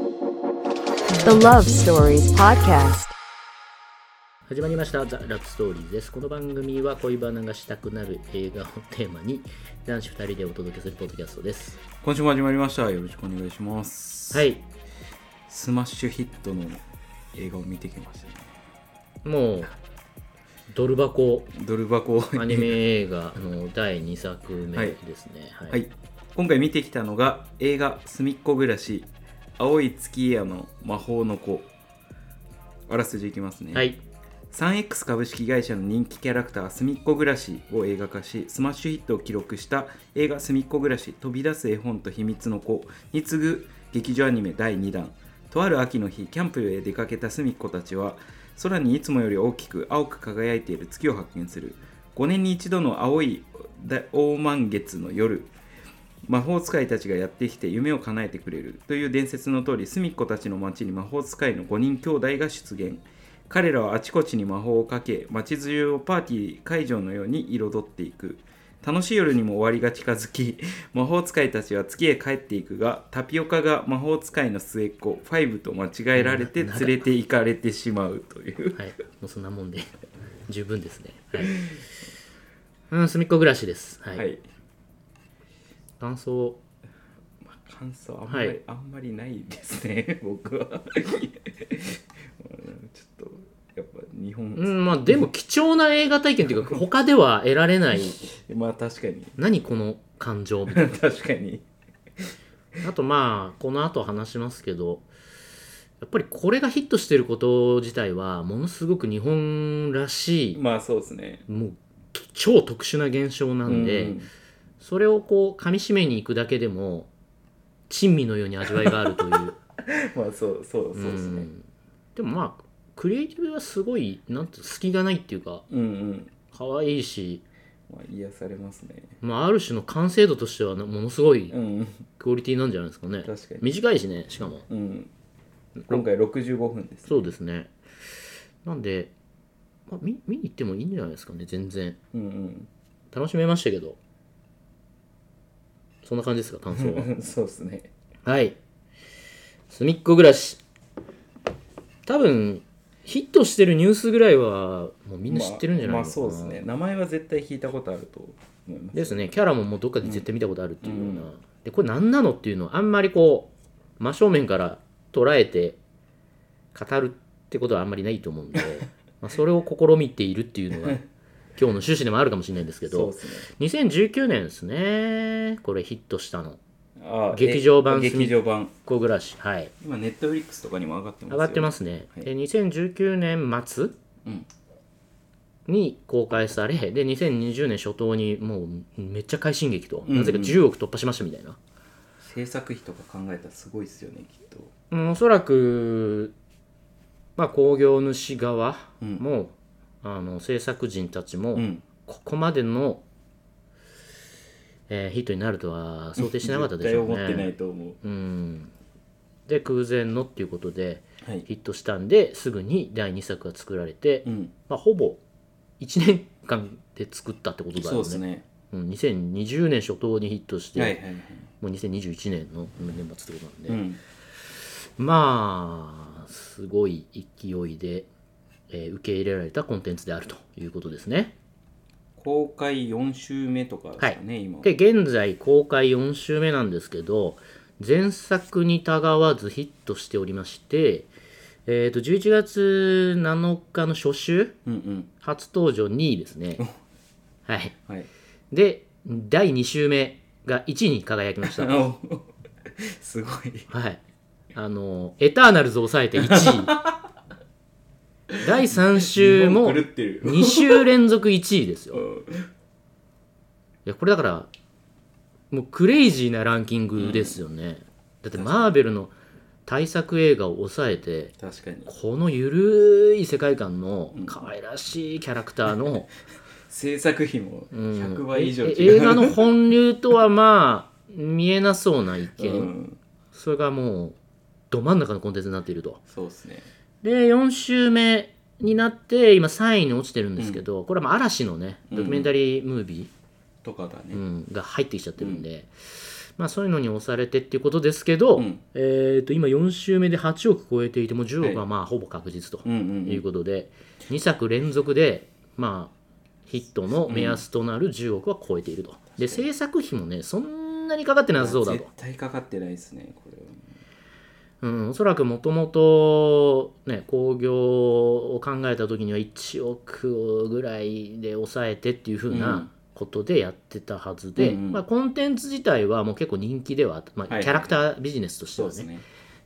The Love Stories Podcast. 始まりました「ザ・ラブストーリーズ」ですこの番組は恋バナがしたくなる映画をテーマに男子2人でお届けするポッドキャストです今週も始まりました。よろしくお願いします。は。いスマッシュヒットの映画を見てきましたね。もうドル箱ドル箱アニメ映画の第2作目ですねははい。今回見てきたのが映画「すみっこ暮らし青い月山の魔法の子」あらすじいきますね、はい、 3X 株式会社の人気キャラクターすみっこ暮らしを映画化しスマッシュヒットを記録した映画すみっこ暮らし飛び出す絵本と秘密の子に次ぐ劇場アニメ第2弾とある秋の日キャンプへ出かけたすみっこたちは空にいつもより大きく青く輝いている月を発見する5年に一度の青い大満月の夜魔法使いたちがやってきて夢を叶えてくれるという伝説の通りすみっこたちの町に魔法使いの5人兄弟が出現彼らはあちこちに魔法をかけ街中をパーティー会場のように彩っていく楽しい夜にも終わりが近づき 魔法使いたちは月へ帰っていくがタピオカが魔法使いの末っ子ファイブと間違えられて連れて行かれてしまうというはい、もうそんなもんで十分ですねはいうん隅っこ暮らしですはい、はい感想まあ感想あんまり、はいあんまりないですね 僕はまあちょっとやっぱ日本、うんまあでも貴重な映画体験というか他では得られないまあ確かに 何この感情みたいな確かにあとまあこの後話しますけどやっぱりこれがヒットしてること自体はものすごく日本らしいまあそうですねもう超特殊な現象なんで、うんそれをこう噛み締めに行くだけでも珍味のように味わいがあるというまあそうそう そううですねんでもまあクリエイティブはすごいなんて隙がないっていうかうんうん可愛いし、まあ癒されますねまあ、ある種の完成度としてはなものすごいうんクオリティなんじゃないですかね確かに短いしねしかもうん今回65分ですそうですね。なんで、まあ、見見に行ってもいいんじゃないですかね、全然。うん楽しめましたけど。そんな感じですか、感 想はう。んそうですねはい。すみっこ暮らし。多分、ヒットしてるニュースぐらいは、もうみんな知ってるんじゃないまあまあのかそな。うですね名前は絶対聞いたことあると思いますですね、キャラももうどっかで絶対見たことあるっていうような。うで、これ何なのっていうのをあんまりこう、真正面から捉えて語るってことはあんまりないと思うん で、まあそれを試みているっていうのが、今日の趣旨でもあるかもしれないんですけそうどで、すね2019年ですね、これヒットしたの。ああ劇場版え劇場版こ暮らし、はい。今ネットフリックスとかにも上がってます上がってますすね。はいで、2019年末うんに公開され、で、2020年初頭にもうめっちゃ快進撃と、うんうんなぜか10億突破しましたみたいな。制作費とか考えたらすごいですよねきっとうんおそらく、まあ、工業主側も、あの制作人たちも、うんここまでの、えーヒットになるとは想定しなかったでしょう絶対思ってなね。いと思ううん、で空前のっていうことではいヒットしたんですぐに第2作が作られて、うんまあ、ほぼ1年間で作ったってことだそうよですね。ねうん、2020年初頭にヒットして、はいはいはいもう2021年の年末ってことなんで。うんまあ、すごい勢いで、えー受け入れられたコンテンツであるということですね。公開4週目とかですかね今で、現在公開4週目なんですけど、前作にたがわずヒットしておりまして、えっ、と、11月7日の初週、うんうん初登場2位ですね。はい。はいで、第2週目が1位に輝きました。お すごいはい。あの、エターナルズを抑えて1位。第3週も、狂ってる2週連続1位ですよ。ういや、これだから、もうクレイジーなランキングですよね。だってマーベルの大作映画を抑えて、確かにこのゆるい世界観の可愛らしいキャラクターの、制作費も100倍以上え違映う画の本流とはまあ、見えなそうな一見、うんそれがもう、ど真ん中のコンテンツになっていると。そうですねで、4週目になって、今3位に落ちてるんですけど、これはまあ嵐のね、ドキュメンタリームービー。とかだうねん、が入ってきちゃってるんで、まあ、そういうのに押されてっていうことですけど、うんえー、と今4週目で8億超えていても10億ははいまあほぼ確実とうんうんいうことで、2作連続で、まあ、ヒットの目安となる10億は超えていると、で制作費もねそんなにかかってなさそうだと絶、対かかってないですねこれはうん、おそらくもともとね興行を考えた時には1億ぐらいで抑えてっていう風うんなことでやってたはずで、うんうんまあ、コンテンツ自体はもう結構人気ではあった、まはいはあ、いキャラクタービジネスとしてそうはでね、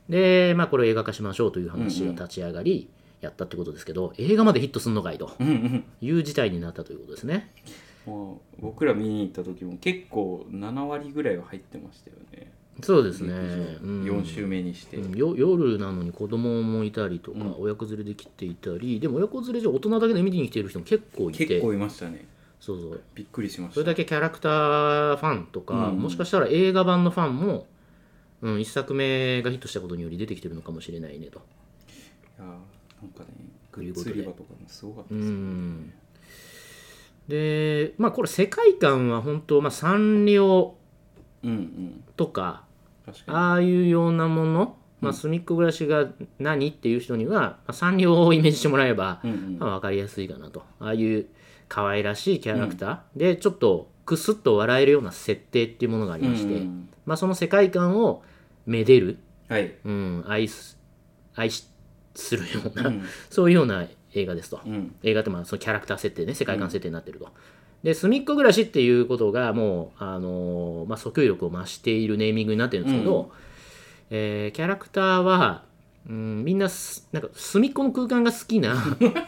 すねで、まあ、これを映画化しましょうという話うんがうん立ち上がり、やったってことですけど、映画までヒットすんのかいとうんうんいう事態になったということですね。もう僕ら見に行った時も結構7割ぐらいは入ってましたよねそうですね。 4週目にして、うんよ夜なのに子供もいたりとか、うん親子連れで来ていたりでも親子連れじゃ大人だけで見に来てる人も結構いて結構いましたねそうそうびっくりしましたそれだけキャラクターファンとか、うんもしかしたら映画版のファンも、うん、1作目がヒットしたことにより出てきてるのかもしれないねと。いやーなんかねグッズ売り場とかもすごかったうですねんでまあこれ世界観は本当まあサンリオうんうんとか確かああいうようなもの、まあ、隅っこ暮らしが何っていう人には、まあサンリオをイメージしてもらえば、にうんうんまあ、分かりやすいかなとああいう可愛らしいキャラクターでちょっとクスッと笑えるような設定っていうものがありまして、うんうんまあ、その世界観をめでる、はいうん、愛す愛しするような、うんそういうような映画ですと。 うん映画ってまあそのキャラクター設定ね世界観設定になってると。で「すみっこ暮らし」っていうことがもう、あのーまあ、訴求力を増しているネーミングになってるんですけど、うえーキャラクターは、うん、みんなすなんか隅っこの空間が好きな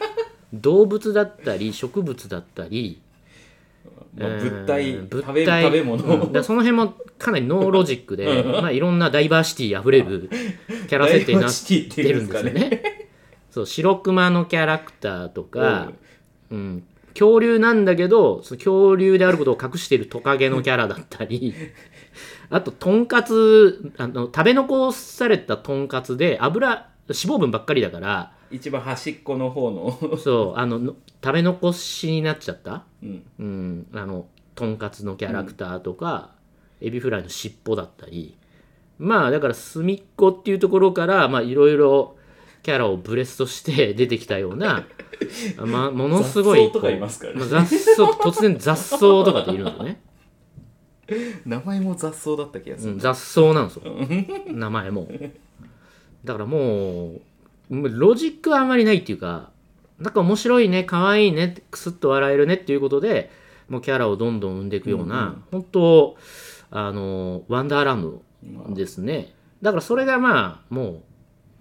動物だったり植物だったり、まあ、えー物体,、物食べ体食べ物、うんだからその辺もかなりノーロジックでまあいろんなダイバーシティあふれるキャラ設定になってるんですよダイバーシティっていうんですね。そう白熊のキャラクターとうかん、うん、恐竜なんだけどその恐竜であることを隠しているトカゲのキャラだった りあととんかつあの食べ残されたとんかつで油脂肪分ばっかりだ から一番端っこの方の、そうあのの食べ残しになっちゃったうん、うん、あのとんかつのキャラクターとか、エビフライの尻尾だったりまあだから隅っこっていうところからまあいろいろキャラをブレストして 出てきたような、ま、ものすごい雑草とかいますからねこうまあ雑草突然雑草とかっているのね、名前も雑草だった気がすうる、ん、雑草なんですよ名前もだからもうもうロジックはあまりないっていうかなんか面白いね可愛いねクスッと笑えるねっていうことでもうキャラをどんどん生んでいくような、うんうん本当あのワンダーランドまあですねだからそれがまあも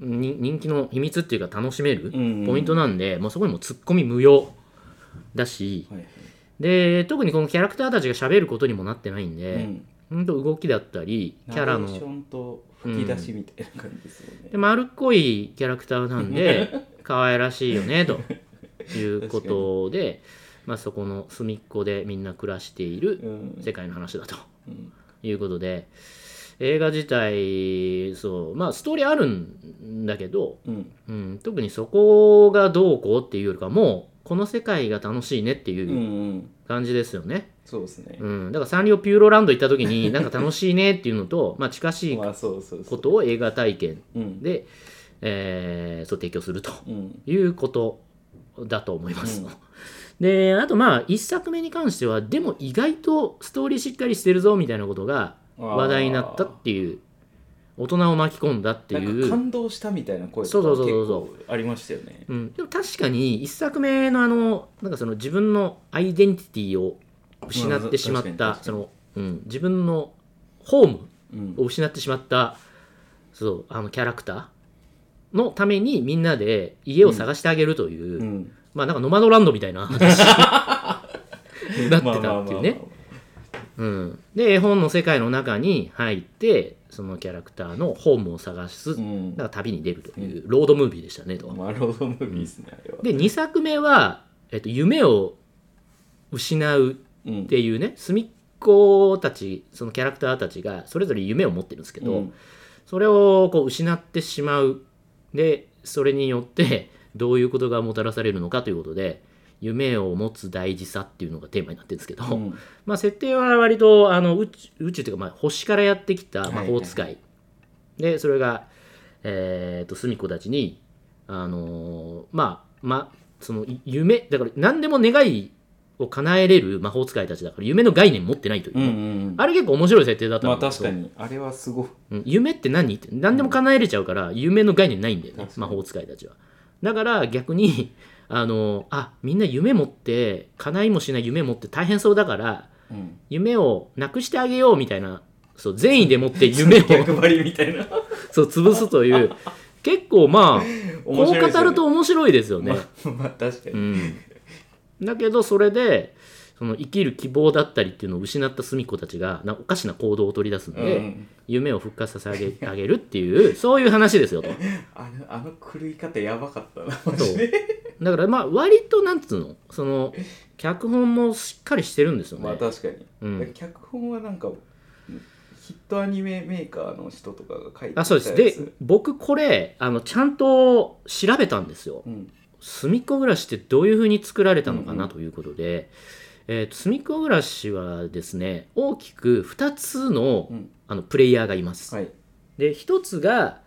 うに人気の秘密っていうか楽しめるうんうんポイントなんで、もうそこにもツッコミ無用だしはいはいで特にこのキャラクターたちが喋ることにもなってないんうで、ん、ほんと動きだったりキャラナレーシのョンと吹き出しみたいな感じですよね、で丸っこいキャラクターなんで 可愛らしいよねということで、まあ、そこの隅っこでみんな暮らしているうん世界の話だとうんいうことで映画自体そうまあストーリーあるんだけど、うんうん、特にそこがどうこうっていうよりかはもうこの世界が楽しいねってうんういうん感じですよね、そうですね、うん、だからサンリオピューロランド行った時になんか楽しいねっていうのと、まあ、近しいまあそうそうそこうとを映画体験うんで、えーそう提供するとうんいうことだと思います。うんであとまあ1作目に関してはでも意外とストーリーしっかりしてるぞみたいなことがあー話題になったっていう大人を巻き込んだっていなんかう、感動したみたいな声そとうそうかそう結そう構ありましたよねうん、でも確かに1作目のあのなんかその自分のアイデンティティを失ってしまっまあた確かに確かにその、うん、自分のホームうんを失ってしまったそうあのキャラクターのためにみんなで家を探してあげるという、うんまあなんかノマドランドみたいな 話になってたっていうね。うんで絵本の世界の中に入ってそのキャラクターのホームを探す、まあまあまあうんだから旅に出るというロードムービーでしたねと。まあロードムービーですねあれはで2作目は、えっと、夢を失ううんっていうね隅っ子たちそのキャラクターたちがそれぞれ夢を持ってるんですけど、うんそれをこう失ってし まうでそれによってどういうことがもたらされるのかということで夢を持つ大事さっていうのがテーマになってるんですけど、うんまあ、設定は割とあの宇宙宇宙というかまあ星からやってきた魔法使い、でそれが、えー、とすみ子たちに、あのーまあまあそのい夢だから何でも願いを叶えれる魔法使いたちだから夢の概念持ってないといううね、んうんあれ結構面白い設定だったまんあです確けど、かにあれはすごいうん夢って何って何でも叶えれちゃうから夢の概念ないんだよね確か魔に法使いたちはだから逆にあのあみんな夢持って叶いもしない夢持って大変そうだからうん夢をなくしてあげようみたいなそう善意でも って夢を逆張りみたいなそう潰すという結構まあこ面白いですうよね語ると面白いですよね。まあ まあ確かうにん、だけどそれでその生きる希望だったりっていうのを失ったすみ子たちがなおかしな行動を取り出すんで、うん夢を復活させあげあげるっていう そういう話ですよと。あのあの狂い方やばかったな マそジうでだからまあ割となんつうのその脚本もしっかりしてるんですよね。まあ確かに、うんだから脚本はなんかヒットアニメメーカーの人とかが書いてたあそうですで僕これあのちゃんと調べたんですよ。うん、隅っこ暮らしってどういうふうに作られたのかなということで、えーと隅っこ暮らしはですね大きく2つの,、うんあのプレイヤーがいます。はいで1つが、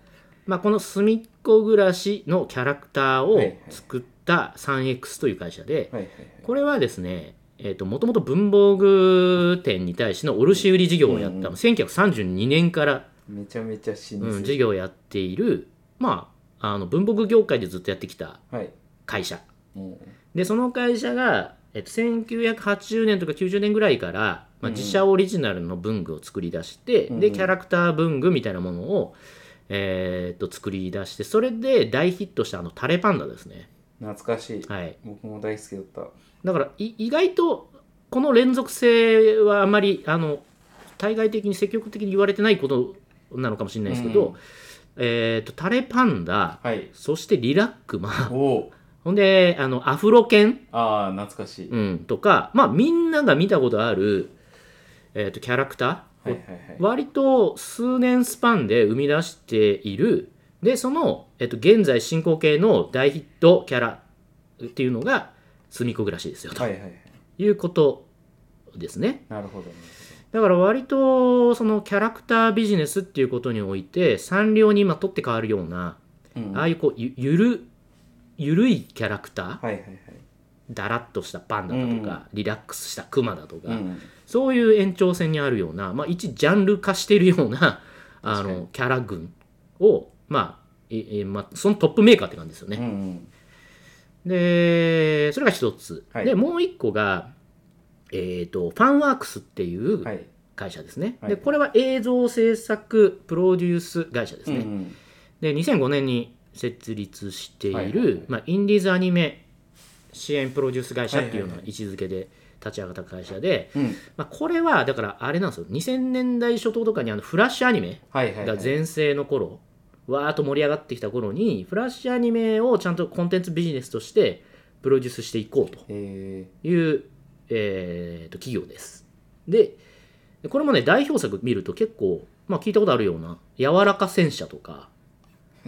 まあ、この隅っこ暮らしのキャラクターはいはをい作った 3X という会社で、はいはいはいこれはですねえーともともと文房具店に対しての卸売事業をやった、うんうん1932年からめちゃめちゃ新うん、事業をやっている、まあ、あの文房具業界でずっとやってきたはい会社もでその会社が、えっと、1980年とか90年ぐらいから、まあ、うん自社オリジナルの文具を作り出して、うんうでんキャラクター文具みたいなものを、えーっと作り出してそれで大ヒットしたあのタレパンダですね、う懐かしい、はい、僕も大好きだっただからい意外とこの連続性はあまりあの対外的に積極的に言われてないことなのかもしれないですけど、うんえーっとタレパンダはいそしてリラックマおおほんであのアフロ犬ああ懐かしい、うん、とか、まあ、みんなが見たことある、えー、とキャラクター、はいはいはい割と数年スパンで生み出しているでその、えー、と現在進行形の大ヒットキャラっていうのがすみこ暮らしですよとはいはいはいいうことですねなるほどねだから割とそのキャラクタービジネスっていうことにおいてサンリオに今取って変わるようなうんあはあいいうこうゆゆるゆるいキャラクター、はいはいだらっとしたパンダだとか、リラックスしたクマだとか、うんそういう延長線にあるような、まあ、一ジャンル化しているようなあ 確かにのキャラ群を、まあええまあ、そのトップメーカーって感じですようんうね。んでそれが一つ、はいでもう一個が、えー、とファンワークスっていうはい会社ですね、はいでこれは映像制作プロデュース会社ですね、うんで2005年に設立している、はいはいはいまあ、インディーズアニメ支援プロデュース会社っていうようなはいはいは位置づけで立ち上がった会社で、うんうんまあ、これはだからあれなんですよ2000年代初頭とかにあのフラッシュアニメはいはいはがい全盛の頃わーっと盛り上がってきた頃にフラッシュアニメをちゃんとコンテンツビジネスとしてプロデュースしていこうとえいう、えーと企業ですでこれもね代表作見ると結構、まあ、聞いたことあるような「柔らか戦車」とか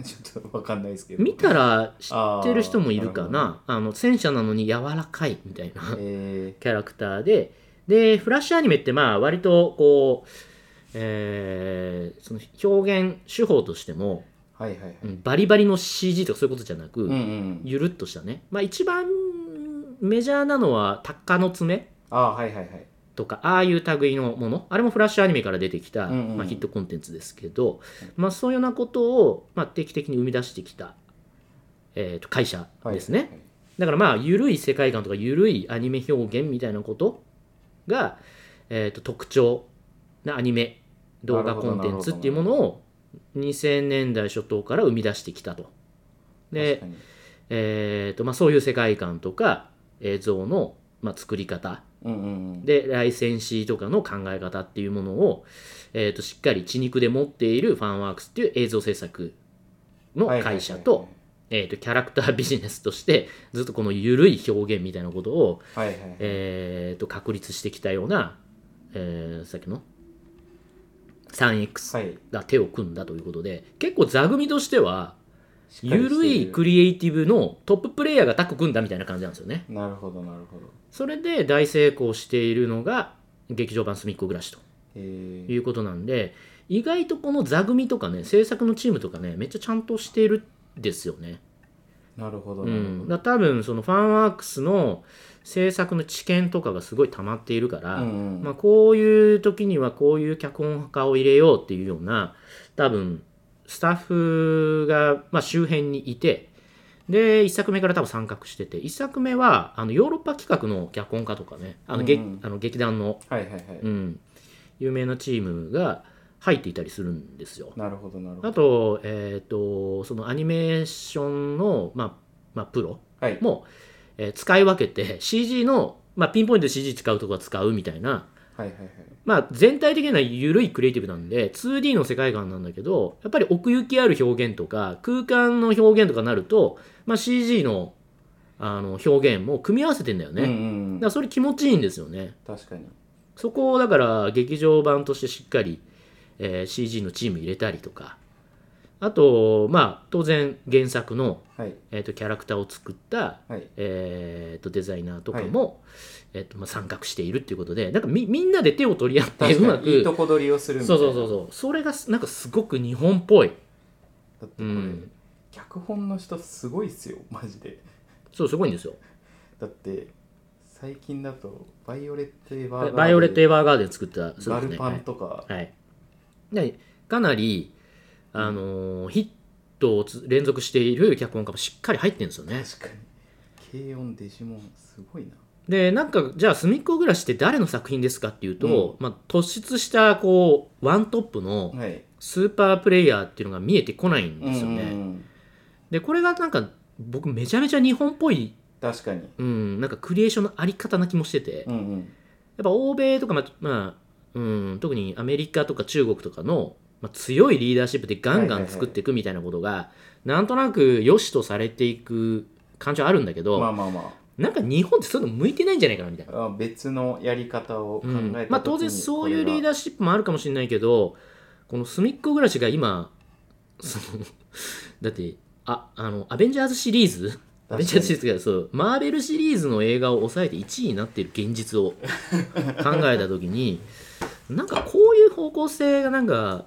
ー、 ちょっとわかんないですけど見たら知ってる人もいるかなあーなるあの戦車なのに柔らかいみたいな えキャラクターで、で、フラッシュアニメってまあ割とこう、えーその表現手法としても、ー、はいはいはいうんバリバリの CG とかそういうことじゃなく、うんうんゆるっとしたね。まあ一番メジャーなのは、タッカの爪ああはいはいはいとか、ああいう類のもの、あれもフラッシュアニメから出てきた、うんうんまあ、ヒットコンテンツですけど、まあそういうようなことを、まあ、定期的に生み出してきた、えーと会社はいですね。はいだからまあ緩い世界観とか緩いアニメ表現みたいなことが、えー、と特徴なアニメ動画コンテンツっていうものを2000年代初頭から生み出してきたと。で確か、にえーとまあ、そういう世界観とか映像の、まあ、作り方うんうんうんでライセンシーとかの考え方っていうものを、えー、としっかり血肉で持っているファンワークスっていう映像制作の会社と、えー、とキャラクタービジネスとしてずっとこの緩い表現みたいなことを、はいはいはいはいはいえー、と確立してきたような、えーさっきの 3X はいが手を組んだということで、結構座組としてはしっかりゆしてるるいクリエイティブのトッププレイヤーがタッグ組んだみたいな感じなんですよねなるほどなるほどそれで大成功しているのが劇場版「すみっこ暮らし」とえーいうことなんで意外とこの座組とかね制作のチームとかねめっちゃちゃんとしているんですよねなるほどうなるほん、どだから多分そのファンワークスの制作の知見とかがすごい溜まっているから、うんうんまあ、こういう時にはこういう脚本家を入れようっていうような多分スタッフが、まあ、周辺にいてで1作目から多分参画してて1作目はあのヨーロッパ企画の脚本家とかねあの、劇うんうんあの劇団の、はいはいはい、うん、有名なチームが入っていたりするんですよ。なるほどなるほあどと,、えー、とそのアニメーションの、まあまあ、プロはいも、えー使い分けて CG の、まあ、ピンポイントで CG 使うとこは使うみたいな、はいはいはいまあ、全体的には緩いクリエイティブなんで 2D の世界観なんだけどやっぱり奥行きある表現とか空間の表現とかなると、まあ、CG のあの表現も組み合わせてんだよね、うんうだんうんからそれ気持ちいいんですよね確かにそこをだから劇場版としてしっかり、えー CG のチーム入れたりとかあとまあ当然原作の、はいえー、とキャラクターを作ったはいえー、とデザイナーとかも、えーとまあ、参画しているっていうことでなんかみみんなで手を取り合って確うまかくにいいとこ取りをするみたそいうなそうそうそうそれがすなんかすごく日本っぽいだってこれ、うん脚本の人すごいっすよマジでそうすごいんですよだって最近だとバイオレット・エヴァーガーデンバイオレット・エヴァーガーデン作ったそうバですルねパンとか、はい、はいでかなり、あのーヒットをつ連続している脚本家もしっかり入ってるんですよね確かに軽音デジモンすごいなでなんかじゃあ「すみっこ暮らし」って誰の作品ですかっていうと、まあ、突出したこうワントップのはいスーパープレイヤーっていうのが見えてこないんですよね、うんうんうんでこれがなんか僕めちゃめちゃ日本っぽい、確かにうん、なんかクリエーションのあり方な気もしてて、うやっんうんぱ欧米とか、まあまあうん、特にアメリカとか中国とかの、まあ、強いリーダーシップでガンガン作っていくみたいなことが、なんとなく良しとされていく感じはあるんだけど、まあまあまなんか日本ってそういうの向いてないんじゃないかなみたいな。ああ別のやり方を考えた時に、うんまあ、当然そういうリーーダーシップもあるかもしれないけどこの隅っこ暮らしが今 そのだってああのアベンジャーズシリーズアベンジャーズシリーズがそうマーベルシリーズの映画を抑えて1位になっている現実を考えた時に なんかこういう方向性がなんか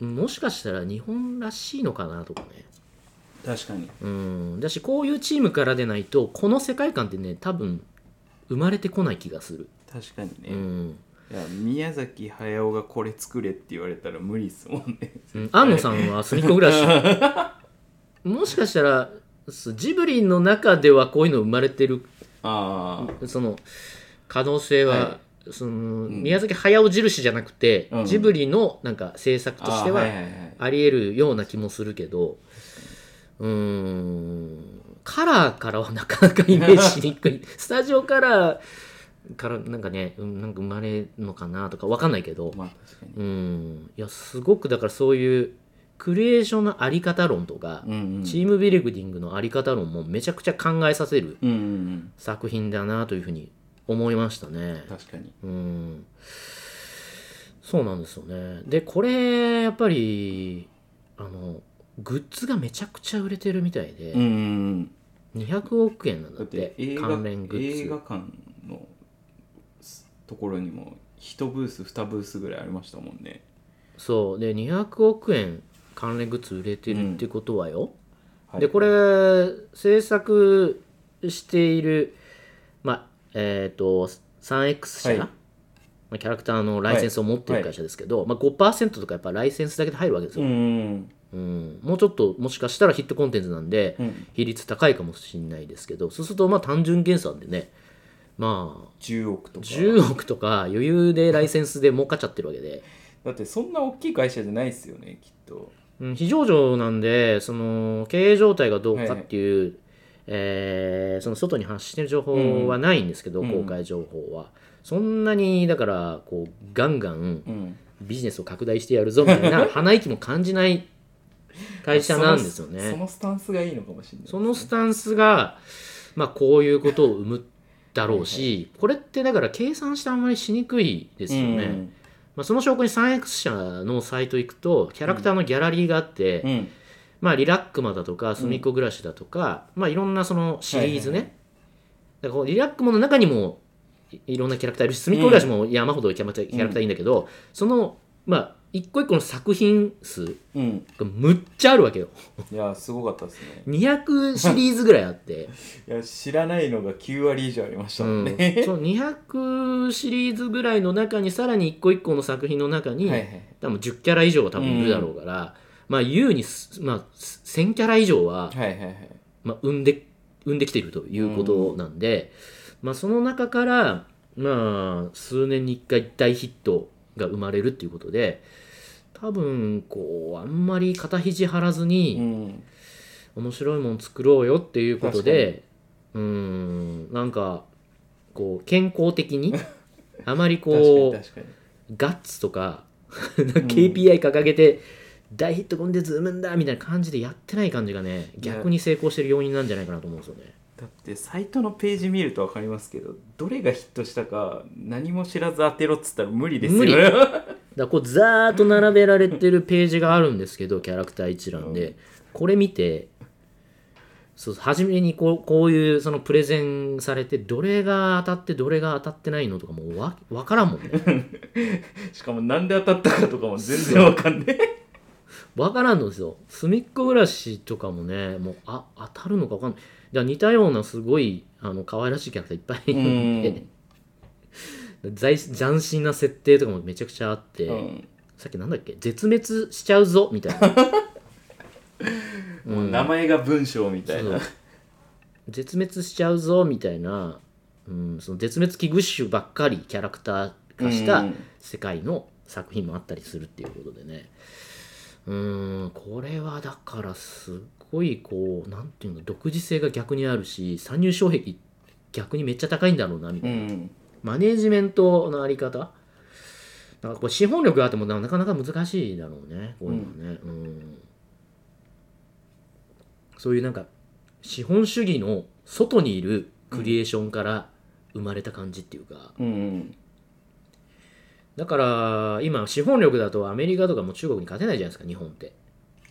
もしかしたら日本らしいのかなとかね確かにうんだしこういうチームからでないとこの世界観ってね多分生まれてこない気がする、確かにね、うん、いや宮崎駿がこれ作れって言われたら無理っすもんねうん安野さんは隅っこ暮らしもしかしたらすジブリの中ではこういうの生まれてるあその可能性は、はそのん宮崎駿印じゃなくて、うんジブリのなんか制作あとしてははいはいはいありえるような気もするけどうーんカラーからはなかなかイメージしにく いスタジオカラーからなんかねうんなんか生まれるのかなとかわかんないけど、まあ確かにうんいやすごくだからそういうクリエーションのあり方論とか、うんうんチームビルディングのあり方論もめちゃくちゃ考えさせるうんうんうん作品だなというふうに思いましたね。確かにうんそうなんですよね。でこれやっぱりあのグッズがめちゃくちゃ売れてるみたいで、うんうんうん200億円なんだだっってて映画関連グッ映ズ画館のすところにも1ブース2ブースぐらいありましたもんねそうで200億円関連グッズ売れてるってことはよ、はいでこれ制作している、まあえー、と 3X 社、はいまあキャラクターのライセンスを持っていはいる会社ですけど、まあ、5%とかやっぱライセンスだけで入るわけですうんよ、うんうんもうちょっともしかしたらヒットコンテンツなんで、うん比率高いかもしれないですけどそうするとまあ単純計算でねまあ10億とか10億とか余裕でライセンスで儲かっちゃってるわけで、だってそんな大きい会社じゃないですよねきっとうん、非上場なんでその経営状態がどうかっていう、えーその外に発してる情報はないんですけど、うん公開情報は、そんなにだからこうガンガンうんビジネスを拡大してやるぞみたいな鼻息も感じない会社なんですよそのそね。のスタンスがいいのかもしれないそのスタンスが、まあ、こういうことを生むだろうし、これってだから計算してあんまりしにくいですよね。まあ、その証拠に 3X 社のサイト行くとキャラクターのギャラリーがあって、うんうんまあ、リラックマだとか、すみっこ暮らしだとか、まあ、いろんなそのシリーズね、はだからこうリラックマの中にもいいろんなキャラクターいるし、すみっこ暮らしも山ほどキャラクターキャラクターいいんだけど、その、まあ、一個一個の作品数うんがむっちゃあるわけよ。いやすごかったですね200シリーズぐらいあ って、いや知らないのが9割以上ありましうたもんん、ね、その200シリーズぐらいの中に、さらに一個一個の作品の中に、 はいはい多分10キャラ以上は多分いるだろうから、まあ優にす、まあ、す1000キャラ以上は、はいはいはいまあ、生んで生んできているということなんで、まあ、その中から、まあ、数年に1回大ヒットが生まれるっていうことで多分こうあんまり肩肘張らずうにん面白いもん作ろうよっていうことで、うんなんかこう健康的 にあまり確かにこう確かにガッツとか KPI 掲げて、大ヒットコンテンツ生むんだみたいな感じでやってない感じがね逆に成功してる要因なんじゃないかなと思うんですよね。だってサイトのページ見ると分かりますけどどれがヒットしたか何も知らず当てろっつったら無理ですよ無理はだからこうザーッと並べられてるページがあるんですけどキャラクター一覧で、これ見てそう初めにこうこういうそのプレゼンされてどれが当たってどれが当たってないのとかもうわ分からんもん ね しかもなんで当たったかとかも全然わかんない分からんのですよ隅っこ暮らしとかもねもうあ当たるのか分かんないじゃあ似たようなすごいあの可愛らしいキャラクターいっぱいいるんで在斬新な設定とかもめちゃくちゃあって、うんさっきなんだっけ絶滅しちゃうぞみたいなもう名前が文章みたいなそう絶滅しちゃうぞみたいな、うん、その絶滅危惧種ばっかりキャラクター化したうん世界の作品もあったりするっていうことでねうんこれはだからすごいこうなんていうの独自性が逆にあるし参入障壁逆にめっちゃ高いんだろうなみたういな、んマネージメントのあり方なんかこう資本力があってもななかなか難しいだろうねこういうのはね、うんそういうなんか資本主義の外にいるクリエーションから生まれた感じっていうか、うんだから今資本力だとアメリカとかも中国に勝てないじゃないですか日本って、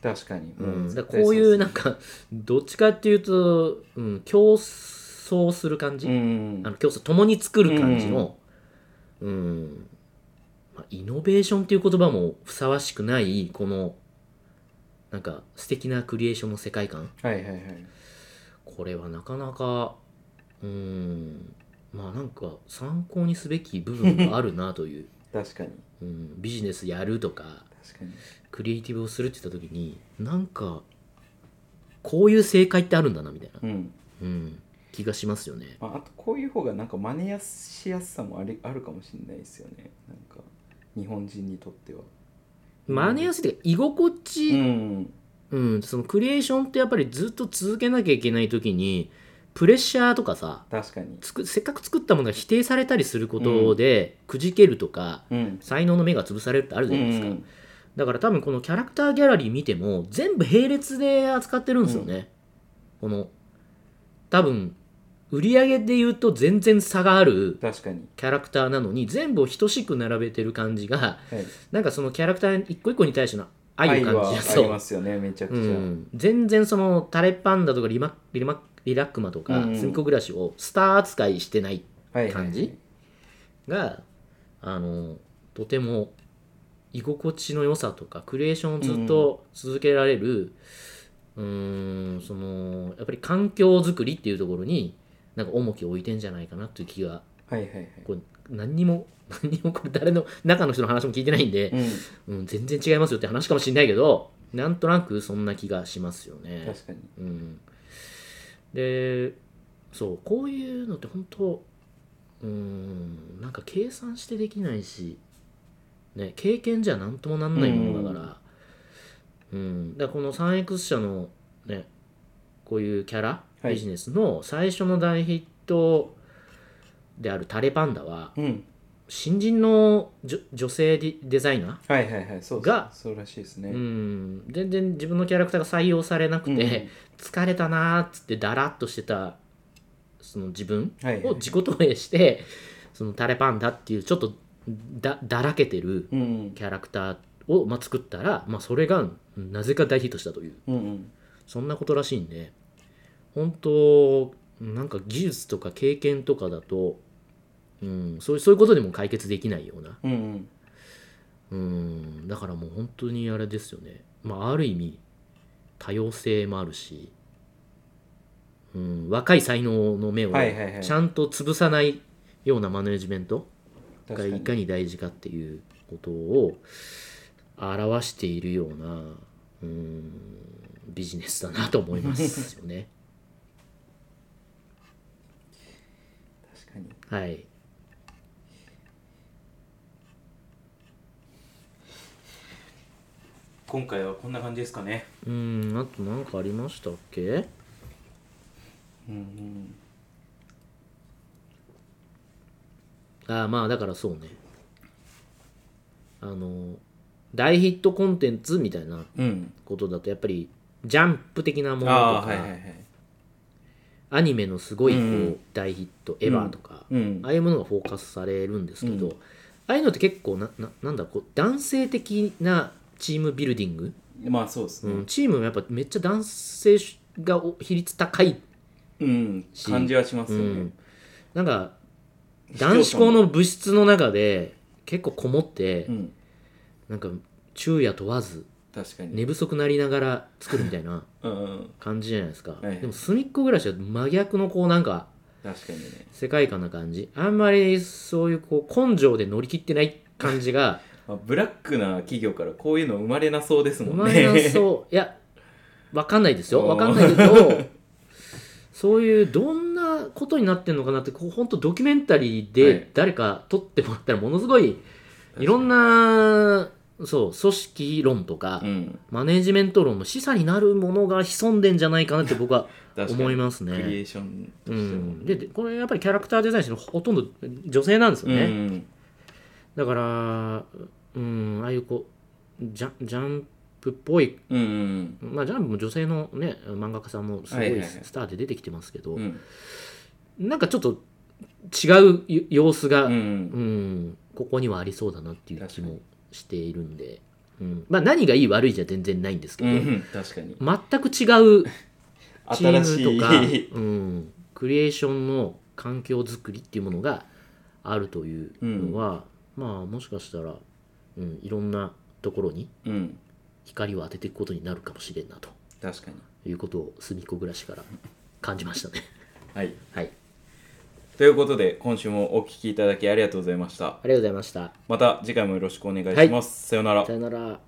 確かに、ううんだ絶から対こそうういですうなんかどっちかっていうと、うん、競争する感じ、うんあの競争共に作る感じの、うんまあ、イノベーションという言葉もふさわしくないこのなんか素敵なクリエーションの世界観はいはいはいこれはなかなかうんまあなんか参考にすべき部分があるなと いう、確かにうん、ビジネスやるとか確かにクリエイティブをするって言った時になんかこういう正解ってあるんだなみたいな、うんうん、気がしますよね。ああとこういう方がなんか真似やすしやすさもありあるかもしれないですよねなんか日本人にとっては真似やすいというか居心地うんうん、そのクリエーションってやっぱりずっと続けなきゃいけない時にプレッシャーとかさ確かにつくせっかく作ったものが否定されたりすることでくじけるとか、うん才能の目が潰されるってあるじゃないですか、うんだから多分このキャラクターギャラリー見ても全部並列で扱ってるんですよね、この多分売り上げで言うと全然差がある確かにキャラクターなのに全部を等しく並べてる感じがはいなんかそのキャラクター一個一個に対しての愛を感じはやあすいりますよねめちゃくうちゃ、ん、全然そのタレパンダとかリマリマリラックマとかうんすみこ暮らしをスター扱いしてないはいはい感じがあのとても居心地の良さとかクリエーションをずっと続けられる、うーんそのやっぱり環境づくりっていうところになんか重きを置いてんじゃないかなという気がはいはいはいこれ何にも 何にもこれ誰の中の人の話も聞いてないんで、うんうん、全然違いますよって話かもしれないけどなんとなくそんな気がしますよね。確かにうん、でそうこういうのって本当うんなんか計算してできないし、ね、経験じゃ何ともなんないものだから、うんだからこの 3X 社の、ね、こういうキャラ、はいビジネスの最初の大ヒットであるタレパンダはうん新人のじょ女性ディデザイナはいはいはいそうがそうらしいですー、ね、うん、全然自分のキャラクターが採用されなくて、うん疲れたなーっつってだらっとしてたその自分はいはいを自己投影して、そのタレパンダっていうちょっとだだらけてるうんキャラクターを、まあ、作ったら、まあ、それがうんなぜか大ヒットしたといううんうんそんなことらしいんで本当なんか技術とか経験とかだと、うん、そういうそういうことでも解決できないようなうんうんうんだからもう本当にあれですよね、まあ、ある意味多様性もあるし、うん、若い才能の目をはいはいはいちゃんと潰さないようなマネジメントが確かいにかに大事かっていうことを表しているようなうんビジネスだなと思いますよ ね。確かにはい、今回はこんな感じですかねうんあと何かありましたっけうんうんあーまあだからそうねあの大ヒットコンテンツみたいなうんことだとやっぱりジャンプ的なものとか、ああーはいはいはいアニメのすごいこう、うん大ヒット「エヴァ」とか、うんああいうものがフォーカスされるんですけど、うんああいうのって結構なななんだこう男性的なチームビルディング、まあそうですうねんチームもやっぱめっちゃ男性がお比率高い、うんし感じはしますうよね、ん、なんか視聴者も男子校の部室の中で結構こもって、うんなんか昼夜問わず確かに、寝不足なりながら作るみたい なうんうん感じじゃないですか、いはいでも隅っこ暮らしは真逆のこうなんか確かにね世界観な感じあんまりそういうこう根性で乗り切ってない感じがまあブラックな企業からこういうの生まれなそうです生もんまねれなそういやわかんないですよおわーかんないけどそういうどんなことになってんのかなってこう本当ドキュメンタリーはいで誰か撮ってもらったらものすごいいろんな、なそう組織論とか、 うん、マネジメント論の示唆になるものが潜んでんじゃないかなって僕は確かに思いますクリエね。ーションとうしても、ん、ででこれやっぱりキャラクターデザインしてるのほとんど女性なんですようんね、だから、うん、ああいうこうジャジャンプっぽい、うんうんまあ、ジャンプも女性の、ね、漫画家さんもすごはいはいいはいスターで出てきてますけど、うんうんなんかちょっと違う様子が、ううんうんんここにはありそうだなっていう気もしているんで、うんまあ、何がいい悪いじゃ全然ないんですけうど、ん確かに全く違うチ新ーしムとか、いうん、クリエーションの環境づくりっていうものがあるというのは、まあもしかしたら、うん、いろんなところにうん光を当てていくことになるかもしれんなと確かにいうことを隅っこ暮らしから感じましたね。はいはい、ということで今週もお聞きいただきありがとうございましたありがとうございました。また次回もよろしくお願いします、さようならさよなら。